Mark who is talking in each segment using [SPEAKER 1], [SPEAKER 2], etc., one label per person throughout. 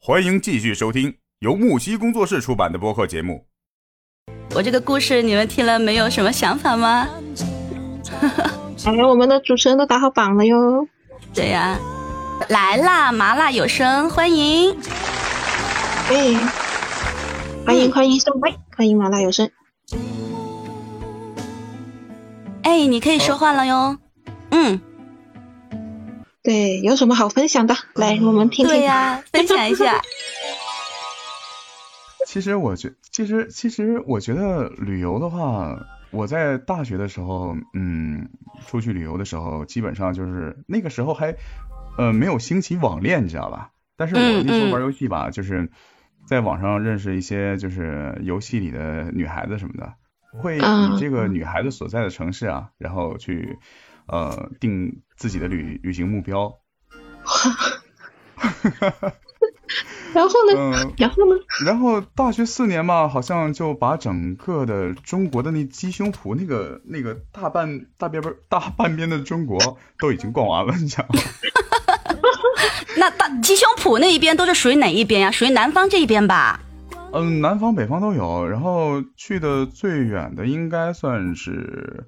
[SPEAKER 1] 欢迎继续收听由木西工作室出版的播客节目。
[SPEAKER 2] 我这个故事你们听了没有什么想法吗？
[SPEAKER 3] 哎呀，我们的主持人都打好榜了哟！
[SPEAKER 2] 对呀、来啦，麻辣有声，欢迎！
[SPEAKER 3] 哎，欢迎欢迎上麦，欢迎麻辣有声。
[SPEAKER 2] 哎，你可以说话了哟。嗯，
[SPEAKER 3] 对，有什么好分享的？来，我们听
[SPEAKER 2] 对
[SPEAKER 3] 听。
[SPEAKER 2] 呀、分享一 下。
[SPEAKER 4] 其实我觉，其实其实我觉得旅游的话，我在大学的时候，嗯，出去旅游的时候，基本上就是那个时候还，呃，没有兴起网恋，你知道吧？但是我
[SPEAKER 2] 嗯
[SPEAKER 4] 那时
[SPEAKER 2] 嗯
[SPEAKER 4] 候玩游戏吧，就是在网上认识一些就是游戏里的女孩子什么的，会
[SPEAKER 3] 啊
[SPEAKER 4] 以这个女孩子所在的城市啊，然后去，呃，定自己的旅旅行目标。
[SPEAKER 3] 然后呢？
[SPEAKER 4] 嗯，
[SPEAKER 3] 然后呢？
[SPEAKER 4] 然后大学四年嘛，好像就把整个的中国的那鸡胸脯那个那个大半大边边大半边的中国都已经逛完了，你想？
[SPEAKER 2] 那大鸡胸脯那一边都是属于哪一边呀？属于南方这一边吧？
[SPEAKER 4] 嗯，南方北方都有。然后去的最远的应该算是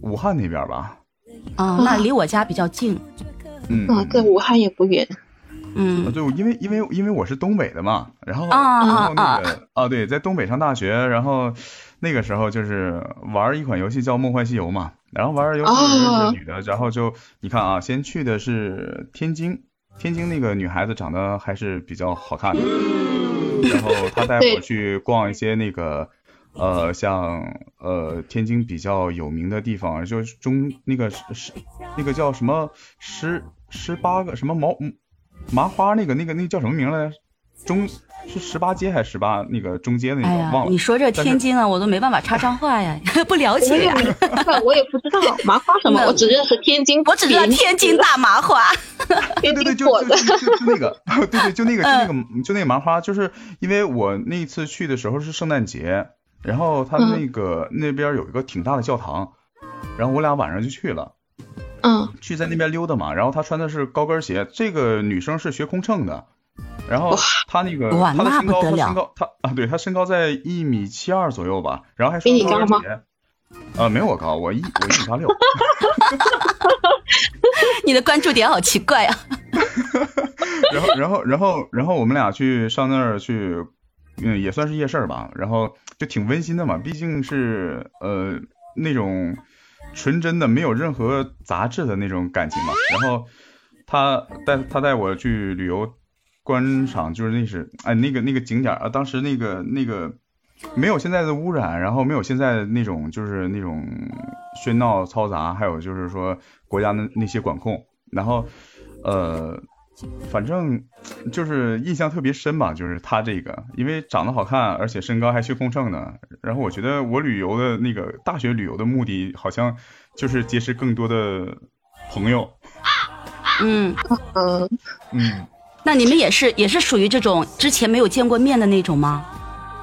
[SPEAKER 4] 武汉那边吧。
[SPEAKER 2] 哦，那离我家比较近。
[SPEAKER 4] 嗯，
[SPEAKER 3] 啊，在武汉也不远。
[SPEAKER 2] 嗯
[SPEAKER 4] 啊，对，因为因为因为我是东北的嘛，然后
[SPEAKER 2] 啊
[SPEAKER 4] 然
[SPEAKER 2] 啊
[SPEAKER 4] 后那个啊，对，在东北上大学，然后那个时候就是玩一款游戏叫《梦幻西游》嘛，然后玩游戏
[SPEAKER 3] 哦
[SPEAKER 4] 认识女的，然后就你看啊，先去的是天津，天津那个女孩子长得还是比较好看的，
[SPEAKER 2] 嗯
[SPEAKER 4] 然后她带
[SPEAKER 3] 对
[SPEAKER 4] 我去逛一些那个。呃，像呃天津比较有名的地方，就是中那个是是那个叫什么十十八个什么毛麻花那个那个那个叫什么名来着？中是十八街还是十八那个中街那个、
[SPEAKER 2] 哎呀
[SPEAKER 4] 忘，了
[SPEAKER 2] 你。说这
[SPEAKER 4] 但是
[SPEAKER 2] 天津啊，我都没办法插上话呀， 不了
[SPEAKER 3] 我
[SPEAKER 2] 解
[SPEAKER 3] 也
[SPEAKER 2] 呀。
[SPEAKER 3] 不，我也不知道麻花 什么，
[SPEAKER 2] 那
[SPEAKER 3] 我只认识天津，
[SPEAKER 2] 我只知道天津大麻花。
[SPEAKER 4] 对
[SPEAKER 3] 天
[SPEAKER 4] 对对，
[SPEAKER 3] 津
[SPEAKER 4] 就
[SPEAKER 3] 火
[SPEAKER 4] 就
[SPEAKER 3] 的。
[SPEAKER 4] 就就就那个，对对，就那个就那个
[SPEAKER 2] 嗯
[SPEAKER 4] 就那个麻花，就是因为我那一次去的时候是圣诞节，然后他
[SPEAKER 2] 嗯
[SPEAKER 4] 那个、那边有一个挺大的教堂，然后我俩晚上就去了。
[SPEAKER 3] 嗯，
[SPEAKER 4] 去在那边溜达嘛，然后她穿的是高跟鞋，这个女生是学空乘的，然后她那个
[SPEAKER 2] 哇
[SPEAKER 4] 她的
[SPEAKER 2] 那
[SPEAKER 4] 身高，她
[SPEAKER 2] 不得了
[SPEAKER 4] 身高，她啊，对，她身高在一米七二左右吧，然后还穿
[SPEAKER 3] 比你
[SPEAKER 4] 高跟
[SPEAKER 3] 高吗
[SPEAKER 4] 鞋，呃，没有我高，我一我一米八六，
[SPEAKER 2] 你的关注点好奇怪啊！
[SPEAKER 4] 然后然后然后然后我们俩去上那儿去，嗯，也算是夜市儿吧，然后就挺温馨的嘛，毕竟是呃那种纯真的，没有任何杂质的那种感情嘛。然后他带他带我去旅游观赏，就是那是哎那个那个景点儿啊，当时那个那个没有现在的污染，然后没有现在那种就是那种喧闹嘈杂，还有就是说国家的那些管控，然后呃。反正就是印象特别深吧，就是他这个，因为长得好看，而且身高还学空乘呢。然后我觉得我旅游的那个大学旅游的目的，好像就是结识更多的朋友。
[SPEAKER 2] 嗯，
[SPEAKER 3] 嗯，
[SPEAKER 4] 嗯，
[SPEAKER 2] 那你们也是也是属于这种之前没有见过面的那种吗？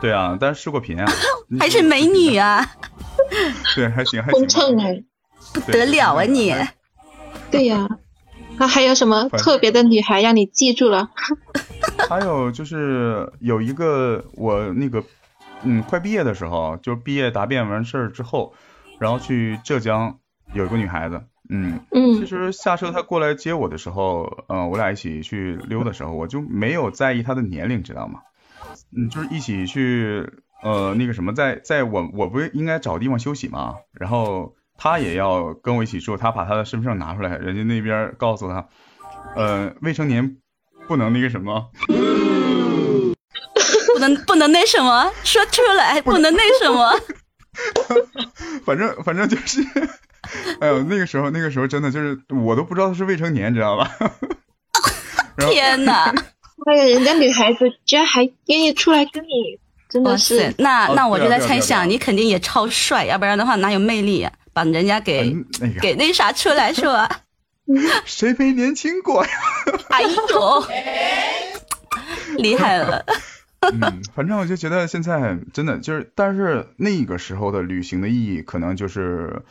[SPEAKER 4] 对啊，但是试过频啊， 你
[SPEAKER 2] 还是美女啊，
[SPEAKER 4] 对，还行还行
[SPEAKER 3] 空
[SPEAKER 4] 吧。
[SPEAKER 3] 乘哎，
[SPEAKER 2] 不得了啊你！
[SPEAKER 3] 对呀。那还有什么
[SPEAKER 4] 反正
[SPEAKER 3] 特别的女孩让你记住了？
[SPEAKER 4] 还有就是有一个我那个，嗯，快毕业的时候，就毕业答辩完事儿之后，然后去浙江有一个女孩子，嗯，其
[SPEAKER 3] 嗯，
[SPEAKER 4] 实下车他过来接我的时候，呃，我俩一起去溜的时候，我就没有在意他的年龄，知道吗？嗯，就是一起去，呃，那个什么，在在我我不是应该找地方休息吗？然后他也要跟我一起住，他把他的身份证拿出来，人家那边告诉他，呃，未成年不能那个什么，
[SPEAKER 2] 不能不能那什么，说出来不能那什么。
[SPEAKER 4] 反正反正就是，哎呦，那个时候那个时候真的就是我都不知道他是未成年，知道吧？ 然后
[SPEAKER 2] 天哪！
[SPEAKER 3] 哎呀，人家女孩子居然还愿意出来跟你，真 的
[SPEAKER 2] 哇
[SPEAKER 3] 是
[SPEAKER 2] 塞，那
[SPEAKER 4] 哦
[SPEAKER 2] 那我
[SPEAKER 4] 对
[SPEAKER 2] 就
[SPEAKER 4] 啊
[SPEAKER 2] 在
[SPEAKER 4] 对啊
[SPEAKER 2] 猜
[SPEAKER 4] 对啊
[SPEAKER 2] 想，
[SPEAKER 4] 对啊
[SPEAKER 2] 你肯定也超帅，要不然的话哪有魅力啊？把人家给
[SPEAKER 4] 嗯，那个
[SPEAKER 2] 给那啥出来啊 是吧？
[SPEAKER 4] 谁没年轻过呀？
[SPEAKER 2] 哎呦，厉害了！
[SPEAKER 4] 嗯，反正我就觉得现在真的就是，但是那个时候的旅行的意义，可能就是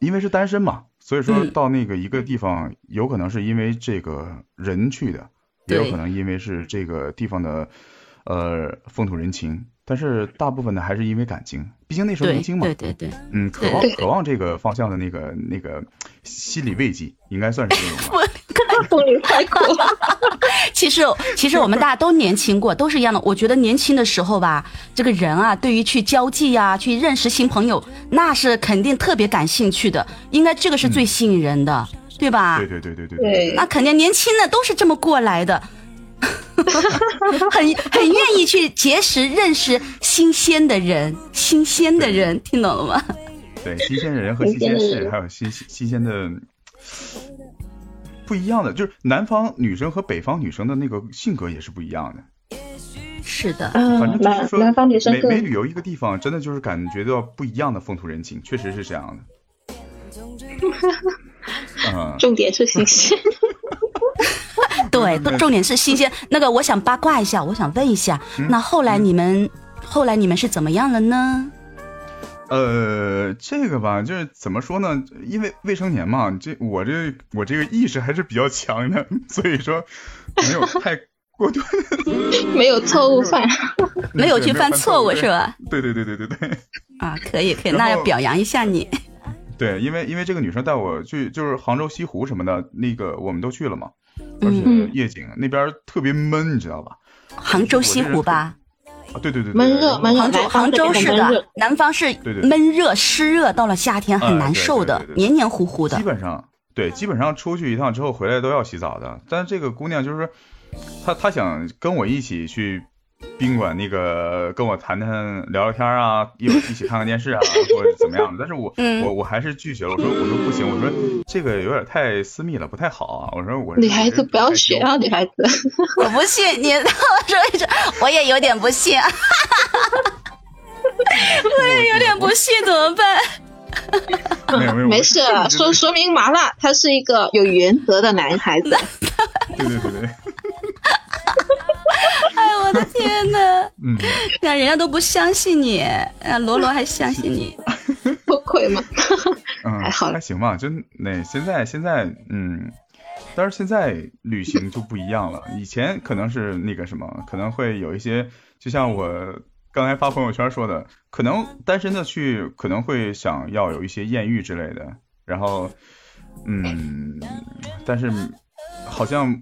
[SPEAKER 4] 因为是单身嘛，所以说
[SPEAKER 2] 嗯
[SPEAKER 4] 到那个一个地方，有可能是因为这个人去的，也有
[SPEAKER 2] 对
[SPEAKER 4] 可能因为是这个地方的呃风土人情，但是大部分呢还是因为感情，毕竟那时候
[SPEAKER 2] 对
[SPEAKER 4] 年轻嘛
[SPEAKER 2] 对，对对，
[SPEAKER 4] 嗯，渴
[SPEAKER 2] 对
[SPEAKER 4] 望
[SPEAKER 3] 对
[SPEAKER 4] 渴望这个方向的那个那个心理慰藉，应该算是这种吧。
[SPEAKER 3] 风流快活。
[SPEAKER 2] 其实，其实我们大家都年轻过，都是一样的。我觉得年轻的时候吧，这个人啊，对于去交际呀、去认识新朋友，那是肯定特别感兴趣的，应该这个是最吸引人的，对吧？
[SPEAKER 4] 嗯对对对对对
[SPEAKER 3] 对
[SPEAKER 2] 那肯定年轻的都是这么过来的， 很很愿意去结识认识新鲜的人，新鲜的人，听懂了吗？
[SPEAKER 4] 对，新鲜人和
[SPEAKER 3] 新
[SPEAKER 4] 新鲜
[SPEAKER 3] 鲜
[SPEAKER 4] 事，
[SPEAKER 3] 人
[SPEAKER 4] 还有新新鲜的不一样的，就是南方女生和北方女生的那个性格也是不一样的。
[SPEAKER 2] 是的，
[SPEAKER 4] 反正就
[SPEAKER 3] 嗯，
[SPEAKER 4] 是
[SPEAKER 3] 南
[SPEAKER 4] 说，
[SPEAKER 3] 南方女生
[SPEAKER 4] 每每
[SPEAKER 3] 更
[SPEAKER 4] 旅游一个地方，真的就是感觉到不一样的风土人情，确实是这样的。 嗯，
[SPEAKER 3] 重点是新 鲜。
[SPEAKER 4] 对
[SPEAKER 2] 对，都重点是新鲜。
[SPEAKER 4] 嗯
[SPEAKER 2] 那个，我想八卦一下，我想问一下，那后来你们，后来你们是怎么样了呢？
[SPEAKER 4] 呃，这个吧，就是怎么说呢？因为未成年嘛，这我这我这个意识还是比较强的， 所以说没有太过多 的
[SPEAKER 3] 没有错误犯，
[SPEAKER 2] 没有去犯错误
[SPEAKER 4] 嗯对
[SPEAKER 2] 是吧？
[SPEAKER 4] 对对对对对对。
[SPEAKER 2] 啊，可以可以，
[SPEAKER 4] 然
[SPEAKER 2] 那要
[SPEAKER 4] 后
[SPEAKER 2] 表扬一下你。
[SPEAKER 4] 对，因为因为这个女生带我去，就是杭州西湖什么的，那个我们都去了嘛，而且
[SPEAKER 3] 嗯
[SPEAKER 4] 夜景那边儿特别闷，你知道吧？
[SPEAKER 2] 杭州西湖吧，
[SPEAKER 4] 啊，对对对，对
[SPEAKER 3] 闷热
[SPEAKER 4] 然后
[SPEAKER 3] 闷
[SPEAKER 2] 杭
[SPEAKER 3] 热
[SPEAKER 2] 州
[SPEAKER 3] 南
[SPEAKER 2] 杭
[SPEAKER 3] 方这
[SPEAKER 2] 州
[SPEAKER 3] 边
[SPEAKER 2] 是
[SPEAKER 3] 很闷
[SPEAKER 2] 的
[SPEAKER 3] 热，
[SPEAKER 2] 南方是
[SPEAKER 4] 对对对
[SPEAKER 2] 闷热湿热，到了夏天很
[SPEAKER 4] 哎
[SPEAKER 2] 难
[SPEAKER 4] 对
[SPEAKER 2] 受
[SPEAKER 4] 对
[SPEAKER 2] 的
[SPEAKER 4] 对，对
[SPEAKER 2] 黏黏糊糊的
[SPEAKER 4] 基。本上对，基本上出去一趟之后回来都要洗澡的。但是这个姑娘就是，她她想跟我一起去宾馆那个跟我谈谈聊聊天啊，一一起看看电视啊，或者怎么样的。但是 我、
[SPEAKER 2] 嗯
[SPEAKER 4] 我我还是拒绝了，我说我说不行，我说这个有点太私密了，不太好啊。我说我
[SPEAKER 3] 女孩子不要学啊，女孩子。
[SPEAKER 2] 我不信你，到时候一直我也 有点不信，
[SPEAKER 4] 我 也
[SPEAKER 2] 有点不信怎么 办？
[SPEAKER 4] 没有没 有
[SPEAKER 3] 没事啊
[SPEAKER 4] 我是，
[SPEAKER 3] 说说明麻辣他是一个有原则的男孩子。
[SPEAKER 4] 对对对对，对
[SPEAKER 2] 哎，我的天哪！
[SPEAKER 4] 嗯。
[SPEAKER 2] 那人家都不相信你，啊，罗罗还相信你，
[SPEAKER 3] 不愧嘛，
[SPEAKER 4] 嗯，
[SPEAKER 3] 还好了
[SPEAKER 4] 还行吧，就那现在现在嗯，但是现在旅行就不一样了，以前可能是那个什么，可能会有一些，就像我刚才发朋友圈说的，可能单身的去可能会想要有一些艳遇之类的，然后嗯，但是好像。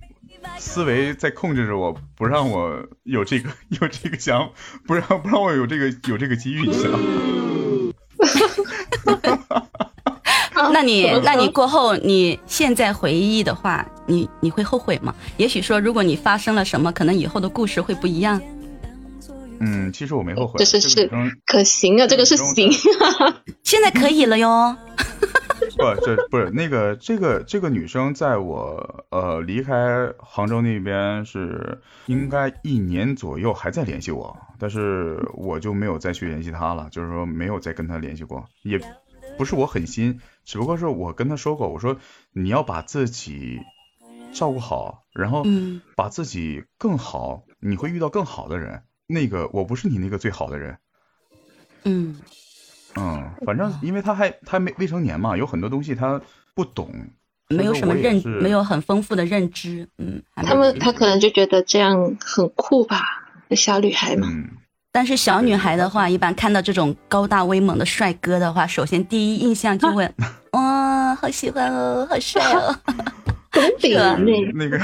[SPEAKER 4] 思维在控制着我，不让我有这个 有这个想，不让不让我有这个有这个机遇，你知道吗？
[SPEAKER 2] 那 你
[SPEAKER 3] 怎么说
[SPEAKER 2] 那你过后，你现在回忆的话，你你会后悔吗？也许说，如果你发生了什么，可能以后的故事会不一样。
[SPEAKER 4] 嗯，其实我没后悔。
[SPEAKER 3] 这是
[SPEAKER 4] 这
[SPEAKER 3] 是
[SPEAKER 4] 个女生
[SPEAKER 3] 可行啊，这个是行。
[SPEAKER 2] 现在可以了哟，
[SPEAKER 4] 不，这不是那个这个这个女生，在我呃离开杭州那边是应该一年左右还在联系我，但是我就没有再去联系她了，就是说没有再跟她联系过，也不是我狠心，只不过是我跟她说过，我说你要把自己照顾好，然后
[SPEAKER 2] 嗯
[SPEAKER 4] 把自己更好，你会遇到更好的人。那个我不是你那个最好的人，
[SPEAKER 2] 嗯，
[SPEAKER 4] 嗯，反正因为他还他没未成年嘛，有很多东西他不懂，所以
[SPEAKER 2] 没有
[SPEAKER 4] 说
[SPEAKER 2] 什么
[SPEAKER 4] 我也
[SPEAKER 2] 认，
[SPEAKER 4] 是
[SPEAKER 2] 没有很丰富的认知，嗯，还没
[SPEAKER 3] 他们他可能就觉得这样很酷吧，小女孩嘛。
[SPEAKER 4] 嗯，
[SPEAKER 2] 但是小女孩的话，一般看到这种高大威猛的帅哥的话，首先第一印象就会，哇、好喜欢哦，好帅哦。
[SPEAKER 4] 嗯
[SPEAKER 3] 东北
[SPEAKER 4] 啊
[SPEAKER 3] 人呢？
[SPEAKER 4] 那个，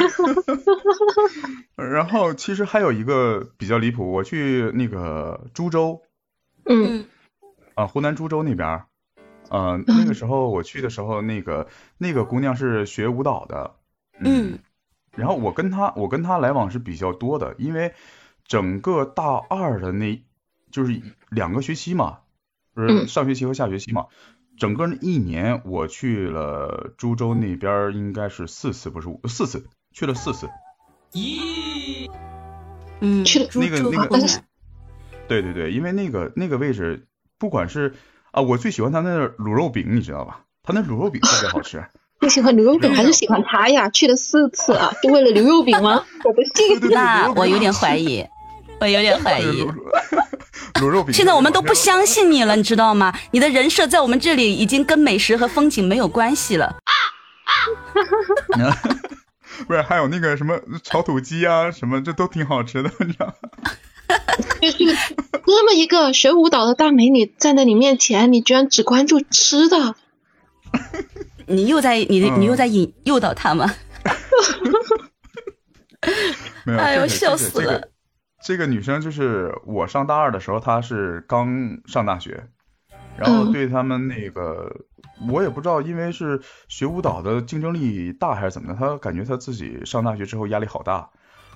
[SPEAKER 4] 然后其实还有一个比较离谱，我去那个株洲
[SPEAKER 3] 嗯，
[SPEAKER 2] 嗯
[SPEAKER 4] 啊、湖南株洲那边儿，呃，那个时候我去的时候，那个那个姑娘是学舞蹈的，
[SPEAKER 2] 嗯
[SPEAKER 4] 然后我跟他，我跟他来往是比较多的，因为整个大二的那，就是两个学期嘛，就
[SPEAKER 3] 嗯
[SPEAKER 4] 是上学期和下学期嘛，整个那一年我去了株洲那边儿应该是四次，不是五四次，去了四次。
[SPEAKER 2] 嗯，
[SPEAKER 3] 去了
[SPEAKER 2] 猪
[SPEAKER 4] 那个
[SPEAKER 2] 猪
[SPEAKER 4] 那个
[SPEAKER 2] 公园
[SPEAKER 4] 对对对，因为那个那个位置，不管是啊，我最喜欢他那儿卤肉饼，你知道吧？他那卤肉饼特别好 吃。
[SPEAKER 3] 你喜欢牛肉饼
[SPEAKER 4] 嗯
[SPEAKER 3] 还是喜欢他呀？去了四次啊，就为了牛肉饼吗？ 我不信。
[SPEAKER 4] 对对对，卤
[SPEAKER 2] 那
[SPEAKER 4] 肉饼
[SPEAKER 2] 我有点 怀疑，我有点怀
[SPEAKER 4] 对
[SPEAKER 2] 疑
[SPEAKER 4] 卤。 卤肉饼。
[SPEAKER 2] 哎现在我们都不相信你了，你知道吗？你的人设在我们这里已经跟美食和风景没有关系了。
[SPEAKER 4] 不是还有那个什么炒土鸡啊，什么这都挺好吃的，你知道吗？
[SPEAKER 3] 就是那么一个学舞蹈的大美女站在你面前，你居然只关注吃的，
[SPEAKER 2] 你又在你
[SPEAKER 4] 嗯
[SPEAKER 2] 你又在引诱导他们，
[SPEAKER 4] 没有，
[SPEAKER 2] 哎
[SPEAKER 4] 这
[SPEAKER 2] 呦
[SPEAKER 4] 个
[SPEAKER 2] 笑死
[SPEAKER 4] 这个这
[SPEAKER 2] 了
[SPEAKER 4] 个这个女生就是我上大二的时候，她是刚上大学，然后
[SPEAKER 3] 嗯
[SPEAKER 4] 对他们那个，我也不知道，因为是学舞蹈的竞争力大还是怎么的，她感觉她自己上大学之后压力好大。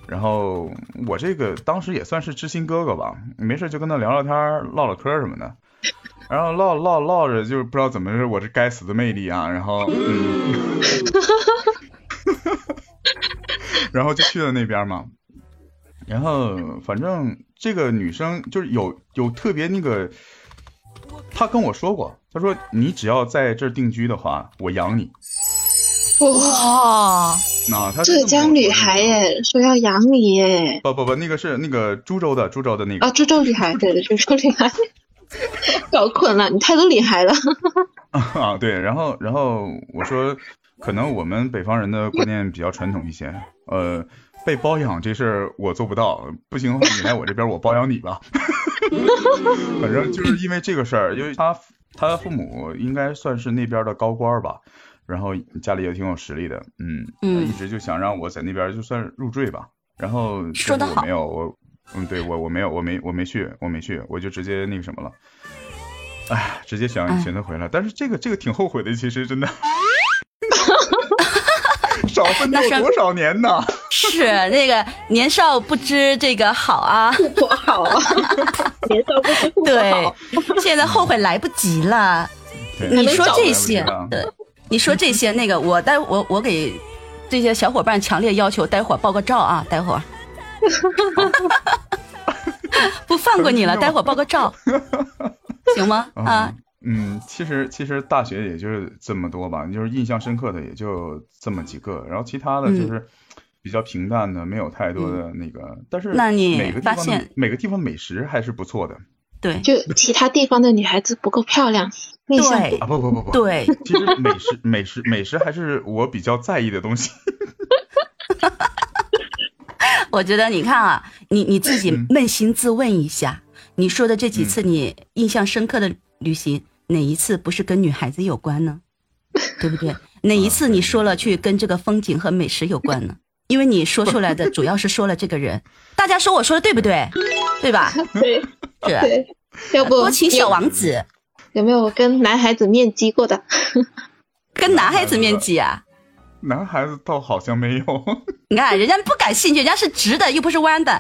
[SPEAKER 4] 然后我这个当时也算是知心哥哥吧，没事就跟她聊聊天儿、唠唠嗑儿什么的。然后唠唠唠着，就是不知道怎么是我这该死的魅力啊，然后嗯， 然后就去了那边嘛。然后反正这个女生就是有有特别那个，她跟我说过，她说你只要在这儿定居的话，我养你。
[SPEAKER 3] 哇，
[SPEAKER 2] 哇，
[SPEAKER 4] 那她是
[SPEAKER 3] 浙
[SPEAKER 4] 这么
[SPEAKER 3] 江
[SPEAKER 4] 跟我
[SPEAKER 3] 女
[SPEAKER 4] 说的
[SPEAKER 3] 孩耶，说要养你耶，
[SPEAKER 4] 不不不，那个是那个株洲的株洲的那个
[SPEAKER 3] 啊，株洲女孩，对对，株洲女孩， 搞混了，你太多女孩了，
[SPEAKER 4] 啊，对，然后然后我说，可能我们北方人的观念比较传统一些，呃，被包养这事儿我做不到，不行的话你来我这边儿，我包养你吧。 反正就是因为这个事儿，因为他他父母应该算是那边儿的高官儿吧，然后家里也挺有实力的，嗯，
[SPEAKER 2] 嗯
[SPEAKER 4] 一直就想让我在那边儿就算入赘吧，然后结
[SPEAKER 2] 说得
[SPEAKER 4] 果
[SPEAKER 2] 好
[SPEAKER 4] 没有我，嗯，对我我没有我没我没去我没去，我就直接那个什么了。哎，直接选
[SPEAKER 2] 哎
[SPEAKER 4] 选择回来，但是这个这个挺后悔的，其实真 的，少奋斗
[SPEAKER 2] 那是
[SPEAKER 4] 多少年呐！
[SPEAKER 2] 是那个年少不知这个好啊，
[SPEAKER 3] 多好啊，年少不知父母
[SPEAKER 2] 对
[SPEAKER 3] 好，，
[SPEAKER 2] 现在后悔来不及了。
[SPEAKER 4] 对
[SPEAKER 2] 你说
[SPEAKER 4] 少
[SPEAKER 2] 这
[SPEAKER 4] 来不及
[SPEAKER 2] 些
[SPEAKER 4] 了，
[SPEAKER 2] 对，你说这些那个，我待我我给这些小伙伴强烈要求，待会儿报个照啊，待会儿。 不放过你了，待会儿报个照，行吗？啊，
[SPEAKER 4] 嗯，其实其实大学也就是这么多吧，就是印象深刻的也就这么几个，然后其他的就
[SPEAKER 2] 嗯
[SPEAKER 4] 是比较平淡的，没有太多的那个，但是
[SPEAKER 2] 那你
[SPEAKER 4] 每个地
[SPEAKER 2] 发
[SPEAKER 4] 方的
[SPEAKER 2] 现
[SPEAKER 4] 每个地方美食还是不错的
[SPEAKER 2] 对
[SPEAKER 3] 就其他地方的女孩子不够漂亮，内向
[SPEAKER 2] 对
[SPEAKER 4] 啊！不不不不，
[SPEAKER 2] 对，
[SPEAKER 4] 其实美食美食美食还是我比较在意的东西。
[SPEAKER 2] 我觉得你看啊，你你自己
[SPEAKER 4] 嗯
[SPEAKER 2] 扪心自问一下，你说的这几
[SPEAKER 3] 嗯
[SPEAKER 2] 次你印象深刻的旅行，哪一次不是跟女孩子有关 呢？对不
[SPEAKER 3] 啊
[SPEAKER 2] 对？哪一次你说了去跟这个风景和美食有关 呢？因为你说出来的主要是说了这个人，大家说我说的对不对？对 吧？
[SPEAKER 3] 对
[SPEAKER 2] 是
[SPEAKER 3] 对，要不
[SPEAKER 2] 多啊情小
[SPEAKER 3] 有
[SPEAKER 2] 王子
[SPEAKER 3] 有没有跟男孩子面基过的？
[SPEAKER 2] 跟男孩子面基啊？
[SPEAKER 4] 男孩子倒好像 没有，
[SPEAKER 2] 你看人家不感兴趣，人家是直的，又不是弯的。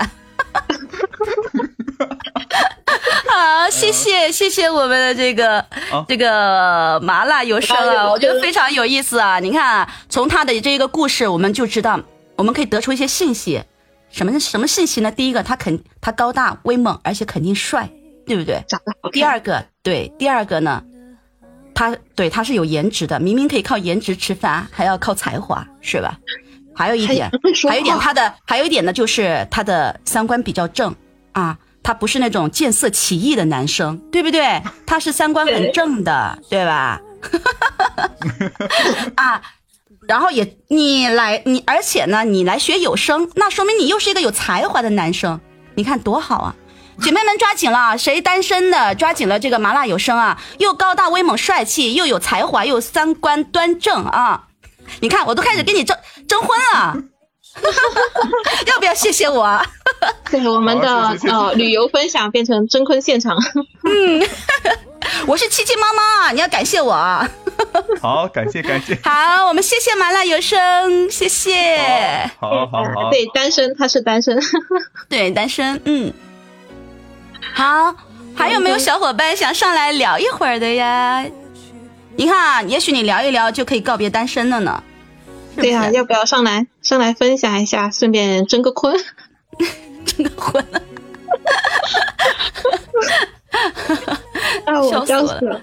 [SPEAKER 2] 好，谢谢谢谢我们的这个
[SPEAKER 4] 啊
[SPEAKER 2] 这个麻辣有声
[SPEAKER 3] 麻辣有
[SPEAKER 2] 啊，
[SPEAKER 3] 声
[SPEAKER 2] 我觉得非常有意思啊！你看啊，从他的这个故事，我们就知道，我们可以得出一些信息。什么什么信息呢？第一个，他肯他高大威猛，而且肯定帅，对不对？
[SPEAKER 3] 长得好看。
[SPEAKER 2] 第二个，对，第二个呢，他对他是有颜值的，明明可以靠颜值吃饭，还要靠才华，是吧？还有一点
[SPEAKER 3] 还会，说
[SPEAKER 2] 还有一点
[SPEAKER 3] 话
[SPEAKER 2] 他的，还有一点呢，就是他的三观比较正啊，他不是那种见色起意的男生，对不对？他是三观很
[SPEAKER 3] 对
[SPEAKER 2] 正的，对吧？ 啊，然后也你来你，而且呢，你来学有声，那说明你又是一个有才华的男生，你看多好啊！姐妹们抓紧了啊，谁单身的抓紧了这个麻辣有声啊，又高大威猛帅气，又有才华，又三观端正啊！你看我都开始跟你征征婚了， 要不要谢谢我？
[SPEAKER 3] 对我们的
[SPEAKER 4] 好谢谢
[SPEAKER 3] 呃旅游分享变成征婚现场，
[SPEAKER 2] 哦我是七七妈妈，你要感谢我啊。
[SPEAKER 4] 好，感谢感谢，
[SPEAKER 2] 好，我们谢谢麻辣有声，谢谢。
[SPEAKER 4] 好好
[SPEAKER 2] 哦
[SPEAKER 4] 好，
[SPEAKER 3] 对，单身他是单身，
[SPEAKER 2] 对，单身，嗯。好，还有没有小伙伴想上来聊一会儿的呀？你看啊，也许你聊一聊就可以告别单身了呢。 是不
[SPEAKER 3] 对呀、
[SPEAKER 2] 是
[SPEAKER 3] 要不要上来上来分享一下，顺便征个婚？
[SPEAKER 2] 真的混了。
[SPEAKER 3] 啊，
[SPEAKER 2] 笑 死
[SPEAKER 3] 我笑
[SPEAKER 2] 我
[SPEAKER 3] 死了。